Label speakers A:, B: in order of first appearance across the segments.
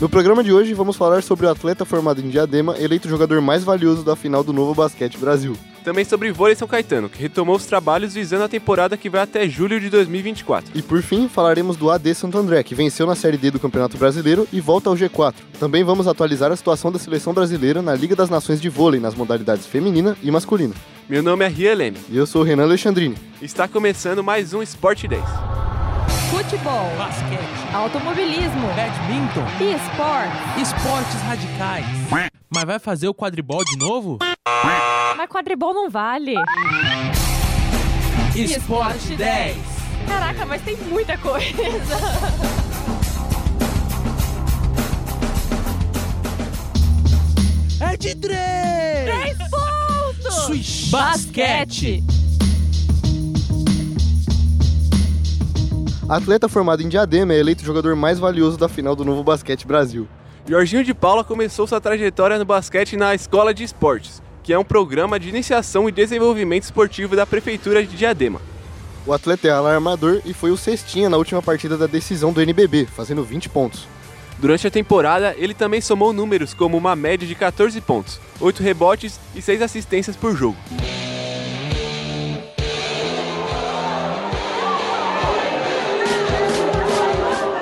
A: No programa de hoje, vamos falar sobre o atleta formado em Diadema, eleito jogador mais valioso da final do Novo Basquete Brasil.
B: Também sobre vôlei São Caetano, que retomou os trabalhos visando a temporada que vai até julho de 2024.
A: E por fim, falaremos do AD Santo André, que venceu na Série D do Campeonato Brasileiro e volta ao G4. Também vamos atualizar a situação da seleção brasileira na Liga das Nações de Vôlei, nas modalidades feminina e masculina.
B: Meu nome é Ria Leme.
A: E eu sou o Renan Alexandrini.
B: Está começando mais um Sport 10.
C: Futebol,
D: basquete,
C: automobilismo
D: badminton,
C: e esportes.
D: esportes radicais. Mas vai fazer o quadribol de novo?
C: Mas quadribol não vale. Esporte 10. Caraca, mas tem muita coisa.
D: É de três!
C: Três pontos.
D: Swish.
C: Basquete.
A: Atleta formado em Diadema é eleito jogador mais valioso da final do Novo Basquete Brasil.
B: Jorginho de Paula começou sua trajetória no basquete na Escola de Esportes, que é um programa de iniciação e desenvolvimento esportivo da Prefeitura de Diadema.
A: O atleta é alarmador e foi o cestinha na última partida da decisão do NBB, fazendo 20 pontos.
B: Durante a temporada, ele também somou números como uma média de 14 pontos, 8 rebotes e 6 assistências por jogo.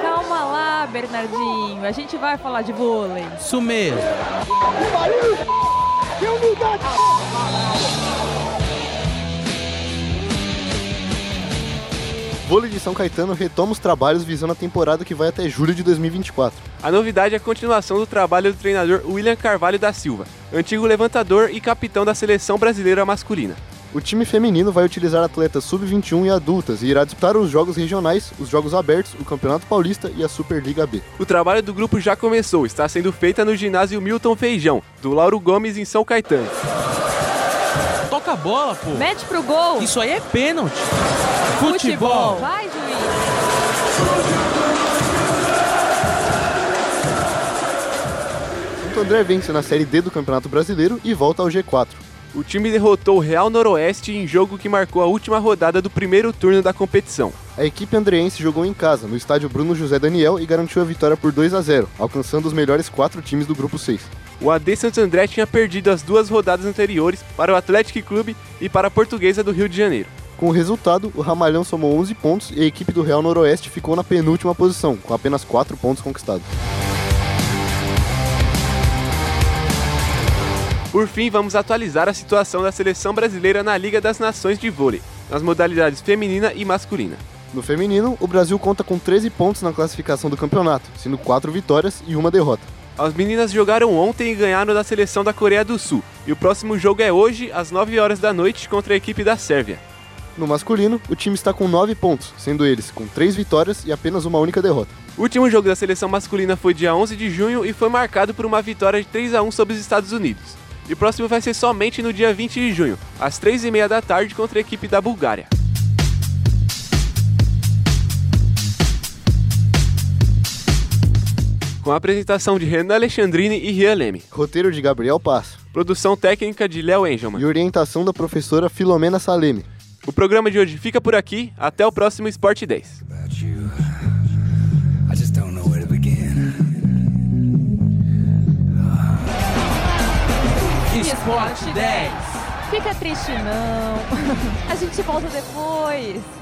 C: Calma lá, Bernardinho. A gente vai falar de vôlei.
D: Isso mesmo.
A: Vôlei de São Caetano retoma os trabalhos visando a temporada que vai até julho de 2024.
B: A novidade é a continuação do trabalho do treinador William Carvalho da Silva, antigo levantador e capitão da seleção brasileira masculina.
A: O time feminino vai utilizar atletas sub-21 e adultas e irá disputar os jogos regionais, os jogos abertos, o Campeonato Paulista e a Superliga B.
B: O trabalho do grupo já começou, está sendo feita no ginásio Milton Feijão, do Lauro Gomes em São Caetano.
D: Toca a bola, pô.
C: Mete pro gol.
D: Isso aí é pênalti. Futebol.
C: Vai, juiz.
A: Santo André vence na Série D do Campeonato Brasileiro e volta ao G4.
B: O time derrotou o Real Noroeste em jogo que marcou a última rodada do primeiro turno da competição.
A: A equipe andreense jogou em casa, no estádio Bruno José Daniel, e garantiu a vitória por 2 a 0, alcançando os melhores quatro times do grupo 6.
B: O AD Santo André tinha perdido as duas rodadas anteriores para o Atlético Clube e para a Portuguesa do Rio de Janeiro.
A: Com o resultado, o Ramalhão somou 11 pontos e a equipe do Real Noroeste ficou na penúltima posição, com apenas 4 pontos conquistados.
B: Por fim, vamos atualizar a situação da seleção brasileira na Liga das Nações de Vôlei, nas modalidades feminina e masculina.
A: No feminino, o Brasil conta com 13 pontos na classificação do campeonato, sendo 4 vitórias e uma derrota.
B: As meninas jogaram ontem e ganharam da seleção da Coreia do Sul, e o próximo jogo é hoje, às 9 horas da noite, contra a equipe da Sérvia.
A: No masculino, o time está com 9 pontos, sendo eles com 3 vitórias e apenas uma única derrota.
B: O último jogo da seleção masculina foi dia 11 de junho e foi marcado por uma vitória de 3 a 1 sobre os Estados Unidos. E o próximo vai ser somente no dia 20 de junho, às 3h30 da tarde, contra a equipe da Bulgária. Com a apresentação de Renan Alexandrini e Rian Leme.
A: Roteiro de Gabriel Paz
B: Produção técnica de Léo Engelman.
A: e orientação da professora Filomena Saleme.
B: O programa de hoje fica por aqui. Até o próximo Esporte 10.
E: about you. I just don't know where to begin.
D: Esporte 10.
C: Fica triste, não. A gente volta depois.